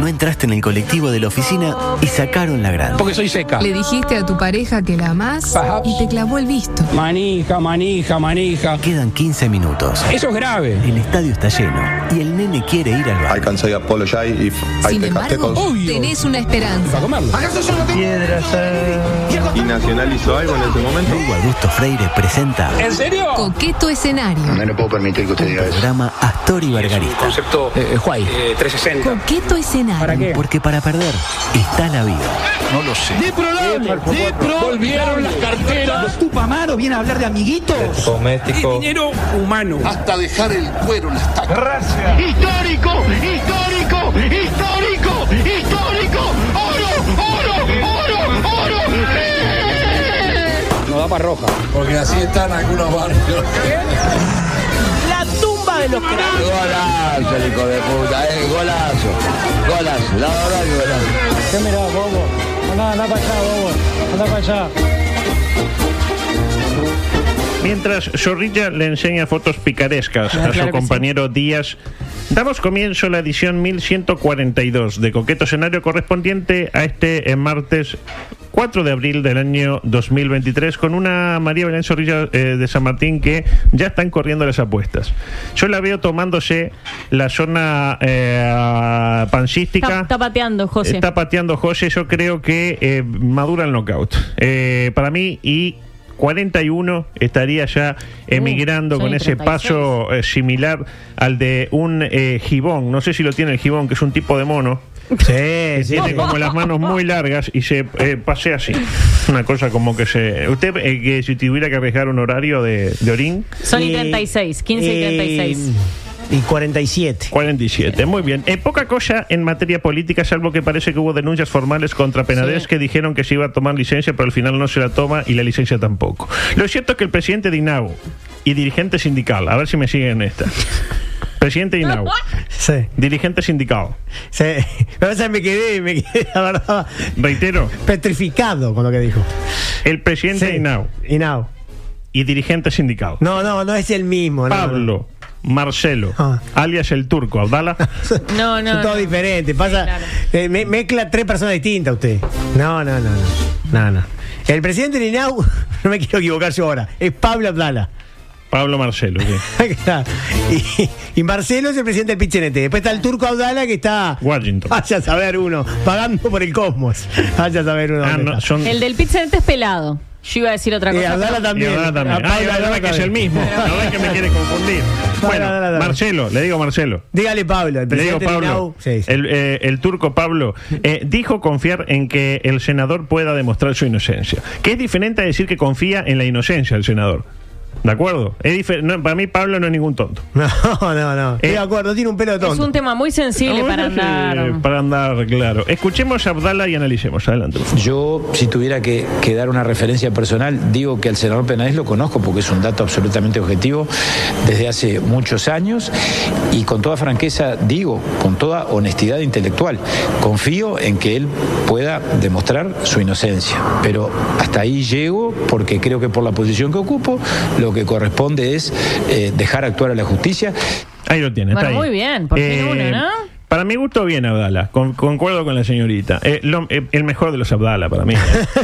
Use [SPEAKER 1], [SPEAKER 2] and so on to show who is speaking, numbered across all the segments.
[SPEAKER 1] No entraste en el colectivo de la oficina y sacaron la grande.
[SPEAKER 2] Porque soy seca.
[SPEAKER 3] Le dijiste a tu pareja que la amás
[SPEAKER 2] Perhaps.
[SPEAKER 3] y te clavó el visto.
[SPEAKER 2] Manija, manija, manija.
[SPEAKER 1] Quedan 15 minutos.
[SPEAKER 2] Eso es grave.
[SPEAKER 1] El estadio está lleno y el nene quiere ir al
[SPEAKER 4] I
[SPEAKER 1] bar.
[SPEAKER 4] can say apologize if I
[SPEAKER 3] Sin
[SPEAKER 4] take a step
[SPEAKER 3] embargo,
[SPEAKER 4] on-
[SPEAKER 2] Obvio.
[SPEAKER 3] tenés una esperanza.
[SPEAKER 2] Para comerlo.
[SPEAKER 4] ¿Y Nacional hizo algo en ese momento?
[SPEAKER 1] Hugo Augusto Freire presenta
[SPEAKER 2] ¿En serio?
[SPEAKER 3] Coqueto escenario.
[SPEAKER 5] No le puedo permitir que usted diga eso.
[SPEAKER 1] programa Astor y Bargarista.
[SPEAKER 6] concepto
[SPEAKER 2] Eh, Juay.
[SPEAKER 6] eh, 360.
[SPEAKER 3] Coqueto
[SPEAKER 2] ¿Para
[SPEAKER 3] escenario.
[SPEAKER 2] qué?
[SPEAKER 1] Porque para perder está la vida.
[SPEAKER 2] Volvieron las carteras.
[SPEAKER 7] Tupamaro viene a hablar de amiguitos.
[SPEAKER 2] Y dinero humano.
[SPEAKER 8] hasta dejar el cuero en las tacas.
[SPEAKER 5] ¡Histórico! ¡Histórico! ¡Histórico! ¡Histórico! ¡Oro! ¡Oro! ¡Oro! ¡Oro! eh.
[SPEAKER 2] No da para roja.
[SPEAKER 8] Porque así están algunos barrios.
[SPEAKER 5] ¡Golazo, hijo de puta! ¡Eh, golazo! ¡Golazo! ¡La verdad que golazo!
[SPEAKER 9] ¿Qué mirá, bobo? Andá, andá para allá, bobo. Andá para allá.
[SPEAKER 10] Mientras Zorrilla le enseña fotos picarescas a su compañero Díaz, damos comienzo a la edición 1142 de Coqueto Escenario correspondiente a este eh, martes 4 de abril del año 2023 con una María Belén Zorrilla eh, de San Martín que ya están corriendo las apuestas. Yo la veo tomándose la zona eh, pancística.
[SPEAKER 11] Está, está pateando, José.
[SPEAKER 10] Está pateando José. Yo creo que eh, madura el knockout. Eh, para mí, y 41 estaría ya emigrando
[SPEAKER 11] Uh, ya
[SPEAKER 10] con
[SPEAKER 11] hay 36.
[SPEAKER 10] ese paso eh, similar al de un eh, gibón. No sé si lo tiene el gibón, que es un tipo de mono. Sí, tiene como las manos muy largas y se eh, pasea así. Una cosa como que se. Usted, eh, que si tuviera que arriesgar un horario de, de orín,
[SPEAKER 11] Son y 36, 15 y 36.
[SPEAKER 7] Y 47.
[SPEAKER 10] 47, muy bien. Eh, poca cosa en materia política, salvo que parece que hubo denuncias formales contra Penades
[SPEAKER 11] Sí.
[SPEAKER 10] que dijeron que se iba a tomar licencia, pero al final no se la toma y la licencia tampoco. Lo cierto es que el presidente de INAU y dirigente sindical, a ver si me siguen en esta. Presidente de INAU,
[SPEAKER 7] Sí,
[SPEAKER 10] dirigente sindical,
[SPEAKER 7] sí. Pero, o sea, me quedé, me quedé, la verdad,
[SPEAKER 10] reitero,
[SPEAKER 7] petrificado con lo que dijo.
[SPEAKER 10] el presidente
[SPEAKER 7] Sí.
[SPEAKER 10] de INAU
[SPEAKER 7] Y now.
[SPEAKER 10] y dirigente sindical,
[SPEAKER 7] No, no, no es el mismo. no, no.
[SPEAKER 10] Pablo Marcelo,
[SPEAKER 7] Ah.
[SPEAKER 10] alias el turco, Abdala,
[SPEAKER 11] No, no.
[SPEAKER 7] Son todos
[SPEAKER 11] no.
[SPEAKER 7] diferentes. Pasa,
[SPEAKER 11] claro.
[SPEAKER 7] eh, me- mezcla tres personas distintas usted. No, no, no, no. No, no. El presidente de INAU, no me quiero equivocar yo ahora, es Pablo Abdala.
[SPEAKER 10] Pablo Marcelo, sí.
[SPEAKER 7] Claro. y, y Marcelo es el presidente del Pichinete. Después está el turco Abdala que está.
[SPEAKER 10] Washington.
[SPEAKER 7] Vaya a saber uno, pagando por el cosmos. Vaya a saber uno.
[SPEAKER 10] Ah,
[SPEAKER 7] dónde
[SPEAKER 10] no,
[SPEAKER 7] está.
[SPEAKER 10] son-
[SPEAKER 11] El del Pizzanete es pelado. Yo iba a decir
[SPEAKER 10] Eh,
[SPEAKER 11] otra
[SPEAKER 7] Y
[SPEAKER 11] cosa.
[SPEAKER 7] Abdala
[SPEAKER 10] Y
[SPEAKER 7] también.
[SPEAKER 10] Abdala también.
[SPEAKER 7] A Pablo
[SPEAKER 10] Ay, Abdala
[SPEAKER 7] Abdala
[SPEAKER 10] que es el
[SPEAKER 7] también.
[SPEAKER 10] mismo. La verdad es que me quiere confundir.
[SPEAKER 7] No,
[SPEAKER 10] Bueno,
[SPEAKER 7] no, no, no, no.
[SPEAKER 10] Marcelo, le digo Marcelo.
[SPEAKER 7] Dígale Pablo, el
[SPEAKER 10] Le digo
[SPEAKER 7] presidente del
[SPEAKER 10] Pablo,
[SPEAKER 7] INAU. Sí, sí.
[SPEAKER 10] El, eh, el turco Pablo, eh, dijo confiar en que el senador pueda demostrar su inocencia. Que es diferente a decir que confía en la inocencia del senador. ¿De acuerdo? Es dife- no, para mí Pablo no es ningún tonto.
[SPEAKER 7] No, no, no.
[SPEAKER 10] Eh,
[SPEAKER 7] Estoy de acuerdo, tiene un pelo
[SPEAKER 11] Es
[SPEAKER 7] tonto.
[SPEAKER 11] un tema muy sensible
[SPEAKER 10] No,
[SPEAKER 11] para
[SPEAKER 10] no sé,
[SPEAKER 11] andar.
[SPEAKER 10] Para andar, claro. Escuchemos a Abdala y analicemos. Adelante. por favor.
[SPEAKER 9] Yo, si tuviera que, que dar una referencia personal, digo que al senador Penades lo conozco porque es un dato absolutamente objetivo desde hace muchos años y con toda franqueza digo, con toda honestidad intelectual, confío en que él pueda demostrar su inocencia. Pero hasta ahí llego porque creo que por la posición que ocupo lo que corresponde es eh, dejar actuar a la justicia.
[SPEAKER 10] Ahí lo tiene.
[SPEAKER 11] Bueno,
[SPEAKER 10] está ahí. Eh,
[SPEAKER 11] muy bien, por fin uno, ¿no?
[SPEAKER 10] Para mi gusto, bien Abdala. Con- concuerdo con la señorita. Eh, lo- eh, el mejor de los Abdala para mí.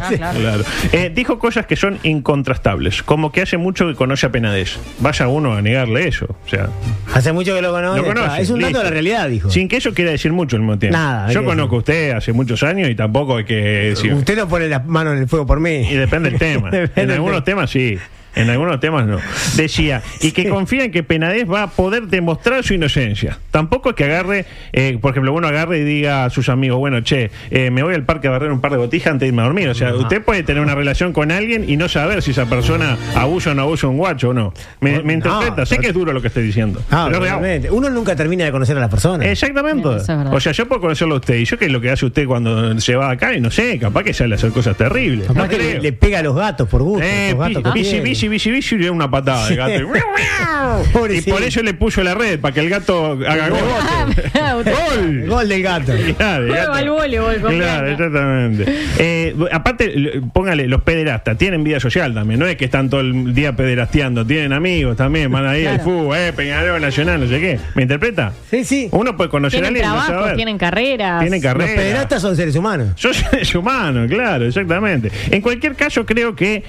[SPEAKER 11] Ah, claro.
[SPEAKER 10] Claro. Eh, dijo cosas que son incontrastables. Como que hace mucho que conoce a Penades. Vaya uno a negarle eso. O sea,
[SPEAKER 7] Hace mucho que lo conoce.
[SPEAKER 10] lo conoce.
[SPEAKER 7] es un dato
[SPEAKER 10] listo.
[SPEAKER 7] de la realidad, dijo.
[SPEAKER 10] Sin que eso quiera decir mucho al mismo tiempo.
[SPEAKER 7] Nada, hay
[SPEAKER 10] Yo
[SPEAKER 7] que
[SPEAKER 10] conozco a usted hace muchos años y tampoco hay que eh, decir.
[SPEAKER 7] Usted no pone las manos en el fuego por mí.
[SPEAKER 10] Y depende del tema.
[SPEAKER 7] Depende
[SPEAKER 10] en
[SPEAKER 7] del
[SPEAKER 10] algunos
[SPEAKER 7] tema.
[SPEAKER 10] temas sí. En algunos temas no. Decía, y que
[SPEAKER 7] Sí.
[SPEAKER 10] confía en que Penades va a poder demostrar su inocencia. Tampoco es que agarre, eh, por ejemplo, uno agarre y diga a sus amigos, bueno, che, eh, me voy al parque a barrer un par de botijas antes de irme a dormir. O sea, usted puede tener una relación con alguien y no saber si esa persona abusa o no abusa un guacho o no. Me, me
[SPEAKER 7] Oh, No,
[SPEAKER 10] interpreta, sé
[SPEAKER 7] pero-
[SPEAKER 10] que es duro lo que estoy diciendo.
[SPEAKER 7] Ah,
[SPEAKER 10] pero es real.
[SPEAKER 7] obviamente. Uno nunca termina de conocer a las personas.
[SPEAKER 10] Exactamente.
[SPEAKER 11] Eso es verdad.
[SPEAKER 10] o sea, yo puedo conocerlo a usted. Y yo qué es lo que hace usted cuando se va acá y no sé, capaz que sale a hacer cosas terribles.
[SPEAKER 7] Capaz
[SPEAKER 10] No
[SPEAKER 7] que le,
[SPEAKER 10] creo.
[SPEAKER 7] le pega a los gatos por gusto.
[SPEAKER 10] Eh,
[SPEAKER 7] los gatos
[SPEAKER 10] pi-
[SPEAKER 7] que
[SPEAKER 10] bici,
[SPEAKER 7] tiene.
[SPEAKER 10] bici, bici, bici, bici y le da una patada al gato. y
[SPEAKER 7] Pobrecito.
[SPEAKER 10] por eso le puso la red, para que el gato haga gol.
[SPEAKER 11] Ah, usted-
[SPEAKER 10] ¡Gol!
[SPEAKER 7] Gol del gato.
[SPEAKER 10] Claro, el
[SPEAKER 11] Juega
[SPEAKER 10] gato.
[SPEAKER 11] al voleibol,
[SPEAKER 10] Claro,
[SPEAKER 11] comprendo.
[SPEAKER 10] exactamente. Eh, aparte, l- póngale, los pederastas tienen vida social también, no es que están todo el día pederasteando, tienen amigos también, van ahí al
[SPEAKER 11] Claro.
[SPEAKER 10] fútbol, eh, Peñarol, Nacional, no sé qué. ¿Me interpreta?
[SPEAKER 7] Sí, sí.
[SPEAKER 10] Uno puede conocer a
[SPEAKER 11] Tienen
[SPEAKER 10] alguien, no
[SPEAKER 11] trabajo,
[SPEAKER 10] saber.
[SPEAKER 11] tienen carreras.
[SPEAKER 10] Tienen
[SPEAKER 7] Los
[SPEAKER 10] carrera.
[SPEAKER 7] pederastas son seres humanos.
[SPEAKER 10] Son seres humanos, claro, exactamente. En cualquier caso, creo que.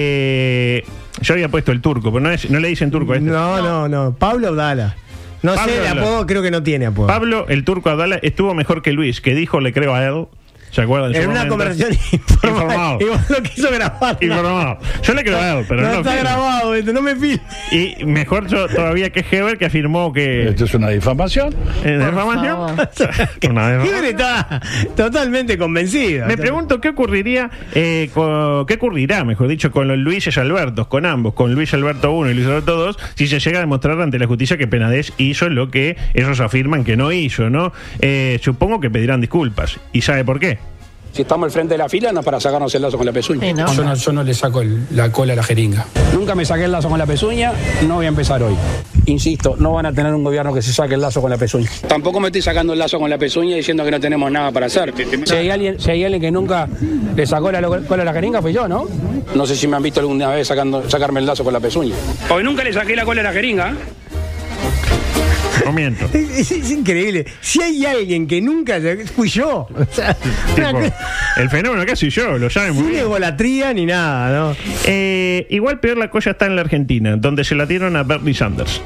[SPEAKER 10] eh, yo había puesto el turco, pero no, es, no le dicen turco a este.
[SPEAKER 7] No, no, no. Pablo Abdala. No
[SPEAKER 10] Pablo
[SPEAKER 7] sé, de
[SPEAKER 10] Abdala.
[SPEAKER 7] apodo creo que no tiene apodo.
[SPEAKER 10] Pablo, el turco Abdala, estuvo mejor que Luis, que dijo le creo a él. ¿Se acuerdan?
[SPEAKER 7] en una conversación informal.
[SPEAKER 10] Informado.
[SPEAKER 7] Igual lo quiso grabar.
[SPEAKER 10] Y bueno, no, Yo le creo a él, pero no,
[SPEAKER 7] no está
[SPEAKER 10] firmo.
[SPEAKER 7] grabado esto, no me filmes.
[SPEAKER 10] Y mejor yo todavía que Heber, que afirmó que.
[SPEAKER 8] es una difamación.
[SPEAKER 10] eh,
[SPEAKER 11] Por
[SPEAKER 10] ¿difamación? Una vez más.
[SPEAKER 7] Heber está totalmente convencido.
[SPEAKER 10] Me pregunto qué ocurriría, eh, co- qué ocurrirá, mejor dicho, con los Luises Albertos, con ambos, con Luis Alberto I y Luis Alberto II, si se llega a demostrar ante la justicia que Penades hizo lo que ellos afirman que no hizo, ¿no? Eh, supongo que pedirán disculpas. ¿Y sabe por qué?
[SPEAKER 2] Si estamos al frente de la fila, no es para sacarnos el lazo con la pezuña.
[SPEAKER 11] Sí, ¿no?
[SPEAKER 2] Yo, no, yo no le saco el- la cola a la jeringa. Nunca me saqué el lazo con la pezuña, no voy a empezar hoy. Insisto, no van a tener un gobierno que se saque el lazo con la pezuña. Tampoco me estoy sacando el lazo con la pezuña diciendo que no tenemos nada para hacer. Si hay alguien, si hay alguien que nunca le sacó la lo- cola a la jeringa, fui yo, ¿no? No sé si me han visto alguna vez sacando, sacarme el lazo con la pezuña. Hoy nunca le saqué la cola a la jeringa.
[SPEAKER 10] No miento.
[SPEAKER 7] Es, es- es increíble. Si hay alguien que nunca se- fui yo. O sea, una
[SPEAKER 10] Tipo,
[SPEAKER 7] cosa-
[SPEAKER 10] el fenómeno casi yo, lo saben muy
[SPEAKER 7] sin
[SPEAKER 10] bien.
[SPEAKER 7] egolatría ni nada, ¿no?
[SPEAKER 10] Eh, igual peor la cosa está en la Argentina, donde se la dieron a Bernie Sanders,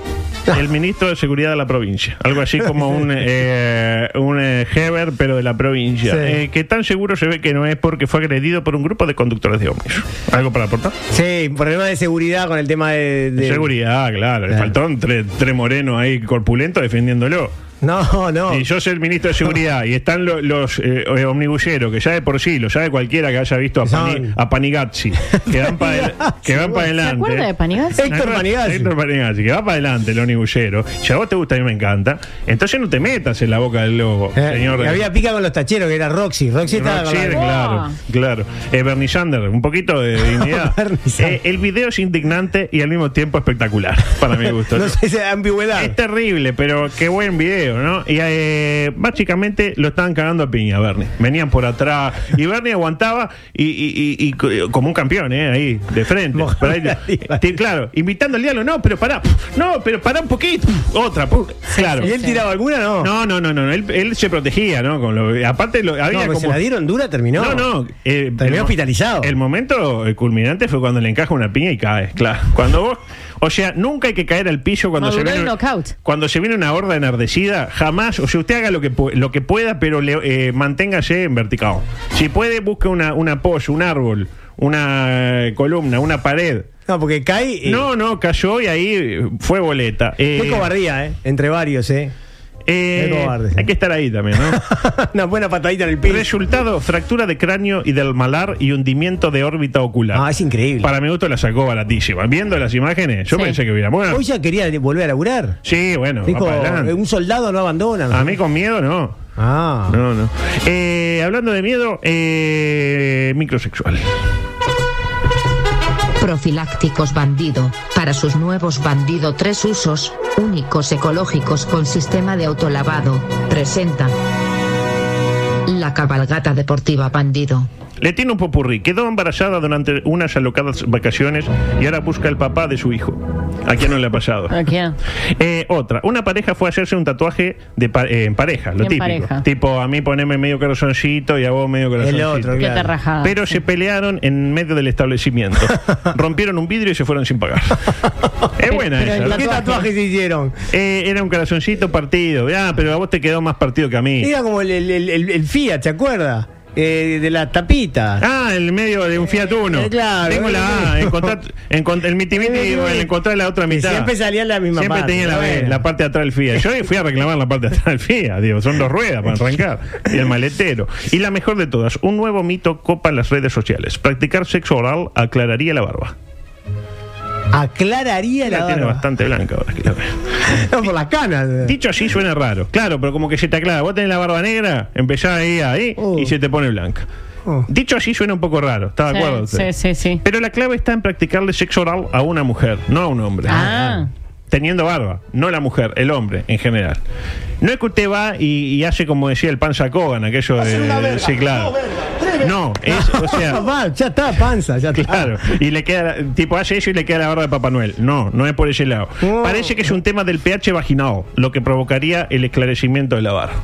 [SPEAKER 10] el ministro de Seguridad de la provincia. Algo así como un, eh, un eh, Heber, pero de la provincia.
[SPEAKER 7] Sí.
[SPEAKER 10] Eh, que tan seguro se ve que no es porque fue agredido por un grupo de conductores de ómnibus. ¿Algo para aportar?
[SPEAKER 7] Sí, problema de seguridad con el tema de. de-
[SPEAKER 10] Seguridad, claro. Le
[SPEAKER 7] Claro.
[SPEAKER 10] faltaron tres tres morenos ahí corpulentos defendiéndolo.
[SPEAKER 7] No, no.
[SPEAKER 10] Si yo soy el ministro de seguridad y están lo- los eh, eh, omnibuseros, que ya de por sí, lo sabe cualquiera que haya visto a,
[SPEAKER 7] Que
[SPEAKER 10] Pani-
[SPEAKER 7] son-
[SPEAKER 10] a Panigazzi, que van para
[SPEAKER 11] ¿Se
[SPEAKER 10] adelante.
[SPEAKER 11] acuerda de Panigazzi?
[SPEAKER 7] Héctor
[SPEAKER 10] Ajá,
[SPEAKER 7] Panigazzi.
[SPEAKER 10] Héctor Panigazzi, que va para adelante el onibullero. Si a vos te gusta, a mí me encanta. Entonces no te metas en la boca del lobo,
[SPEAKER 7] Eh,
[SPEAKER 10] señor.
[SPEAKER 7] y había pica con los tacheros, que era Roxy. Roxy estaba
[SPEAKER 10] Rock Sheer,
[SPEAKER 7] con la-
[SPEAKER 10] claro,
[SPEAKER 11] Ah.
[SPEAKER 10] claro. Eh, Bernie Sanders, un poquito de dignidad.
[SPEAKER 7] Bernie Sanders.
[SPEAKER 10] Eh, el video es indignante y al mismo tiempo espectacular, para mi gusto.
[SPEAKER 7] No sé, esa ambigüedad.
[SPEAKER 10] Es terrible, pero qué buen video, ¿no? Y eh, básicamente lo estaban cagando a piña, Bernie. Venían por atrás y Bernie aguantaba y, y- y- y co- como un campeón, ¿eh? Ahí, de frente.
[SPEAKER 7] Mojando
[SPEAKER 10] Por ahí,
[SPEAKER 7] la liga.
[SPEAKER 10] Te- claro, invitando al diálogo. No, pero pará. pf, No, pero pará un poquito. pf, Otra. pf, Claro.
[SPEAKER 7] ¿Y él tiraba alguna? No.
[SPEAKER 10] No, no, no, no. no, Él, él se protegía, ¿no? Con lo- aparte, lo,
[SPEAKER 7] No,
[SPEAKER 10] había
[SPEAKER 7] pero
[SPEAKER 10] como...
[SPEAKER 7] pues se la dieron dura, terminó.
[SPEAKER 10] No, no. eh,
[SPEAKER 7] Terminó
[SPEAKER 10] mo-
[SPEAKER 7] hospitalizado.
[SPEAKER 10] El momento eh, culminante fue cuando le encaja una piña y cae, claro. Cuando vos. O sea, nunca hay que caer al piso cuando se
[SPEAKER 11] Maduró
[SPEAKER 10] viene.
[SPEAKER 11] el
[SPEAKER 10] un-
[SPEAKER 11] knockout.
[SPEAKER 10] Cuando se viene una horda enardecida, jamás. O sea, usted haga lo que, pu- lo que pueda, pero le, eh, manténgase en vertical. Si puede, busque una, un apoyo, un árbol, una eh, columna, una pared.
[SPEAKER 7] No, porque cae. eh,
[SPEAKER 10] No, no, cayó y ahí eh, fue boleta. Eh,
[SPEAKER 7] Qué cobardía, ¿eh? Entre varios, ¿eh?
[SPEAKER 10] eh,
[SPEAKER 7] Qué cobarde.
[SPEAKER 10] hay que estar ahí también, ¿no?
[SPEAKER 7] Una buena patadita en el piso.
[SPEAKER 10] Resultado, fractura de cráneo y del malar y hundimiento de órbita ocular.
[SPEAKER 7] Ah, es increíble.
[SPEAKER 10] Para mi gusto la sacó baratísima. Viendo las imágenes, yo
[SPEAKER 11] Sí.
[SPEAKER 10] pensé que hubiera muerto.
[SPEAKER 7] Hoy ya quería volver a laburar.
[SPEAKER 10] Sí, bueno, va
[SPEAKER 7] Dijo, eh,
[SPEAKER 10] para adelante.
[SPEAKER 7] un soldado no abandona.
[SPEAKER 10] A mí con miedo no.
[SPEAKER 7] Ah.
[SPEAKER 10] No, no. Eh, hablando de miedo, eh, microsexual.
[SPEAKER 6] Profilácticos Bandido, para sus nuevos Bandido tres usos, únicos ecológicos con sistema de autolavado, presenta. La cabalgata deportiva Bandido.
[SPEAKER 10] Le tiene un popurrí. Quedó embarazada durante unas alocadas vacaciones y ahora busca el papá de su hijo. ¿A quién no le ha pasado?
[SPEAKER 11] ¿A quién?
[SPEAKER 10] Eh, otra, una pareja fue a hacerse un tatuaje de pa- eh, en pareja, lo
[SPEAKER 11] En
[SPEAKER 10] típico.
[SPEAKER 11] pareja.
[SPEAKER 10] Tipo, a mí poneme medio corazoncito y a vos medio corazoncito.
[SPEAKER 7] otro,
[SPEAKER 11] Que
[SPEAKER 7] Claro.
[SPEAKER 11] te rajada.
[SPEAKER 10] Pero se pelearon en medio del establecimiento. Rompieron un vidrio y se fueron sin pagar. es buena
[SPEAKER 11] pero
[SPEAKER 10] esa.
[SPEAKER 11] el
[SPEAKER 10] ¿no?
[SPEAKER 7] ¿Qué tatuajes se hicieron?
[SPEAKER 10] Eh, era un corazoncito partido. Ah, pero a vos te quedó más partido que a mí.
[SPEAKER 7] Era como el, el- el- el- el Fiat, ¿se acuerda? Eh, de la tapita.
[SPEAKER 10] Ah, el medio de un Fiat Uno.
[SPEAKER 7] Eh, claro,
[SPEAKER 10] Tengo la A,
[SPEAKER 7] eh,
[SPEAKER 10] encontrar, encont- el miti
[SPEAKER 7] Eh,
[SPEAKER 10] miti,
[SPEAKER 7] eh,
[SPEAKER 10] bueno, encontrar la otra mitad.
[SPEAKER 7] Siempre salía la misma
[SPEAKER 10] Siempre
[SPEAKER 7] parte,
[SPEAKER 10] tenía la,
[SPEAKER 7] pero
[SPEAKER 10] B,
[SPEAKER 7] bueno.
[SPEAKER 10] la parte de atrás del FIA. Yo fui a reclamar la parte de atrás del FIA, digo, son dos ruedas para arrancar. Y el maletero. Y la mejor de todas, un nuevo mito copa las redes sociales. Practicar sexo oral aclararía la barba.
[SPEAKER 7] Aclararía la,
[SPEAKER 10] Ah. La tiene
[SPEAKER 7] barba.
[SPEAKER 10] bastante blanca ahora que la veo.
[SPEAKER 7] No, por las canas.
[SPEAKER 10] Dicho así suena raro. Claro, pero como que se te aclara. Vos tenés la barba negra, empezás ahí, ahí,
[SPEAKER 7] Oh.
[SPEAKER 10] y se te pone blanca.
[SPEAKER 7] Oh.
[SPEAKER 10] Dicho así suena un poco raro, ¿está de acuerdo?
[SPEAKER 11] Sí,
[SPEAKER 10] usted?
[SPEAKER 11] sí, sí.
[SPEAKER 10] Pero la clave está en practicarle sexo oral a una mujer, no a un hombre.
[SPEAKER 11] Ah.
[SPEAKER 10] Teniendo barba, no la mujer, el hombre en general. No es que usted va y, y hace como decía el panza Cogan, aquello de. sí, claro. No, es, o sea.
[SPEAKER 7] Va, ya está, panza, ya está.
[SPEAKER 10] Claro, y le queda, la- tipo, hace eso y le queda la barba de Papá Noel. No, no es por ese lado.
[SPEAKER 7] Oh.
[SPEAKER 10] Parece que es un tema del pH vaginal, lo que provocaría el esclarecimiento de la barba.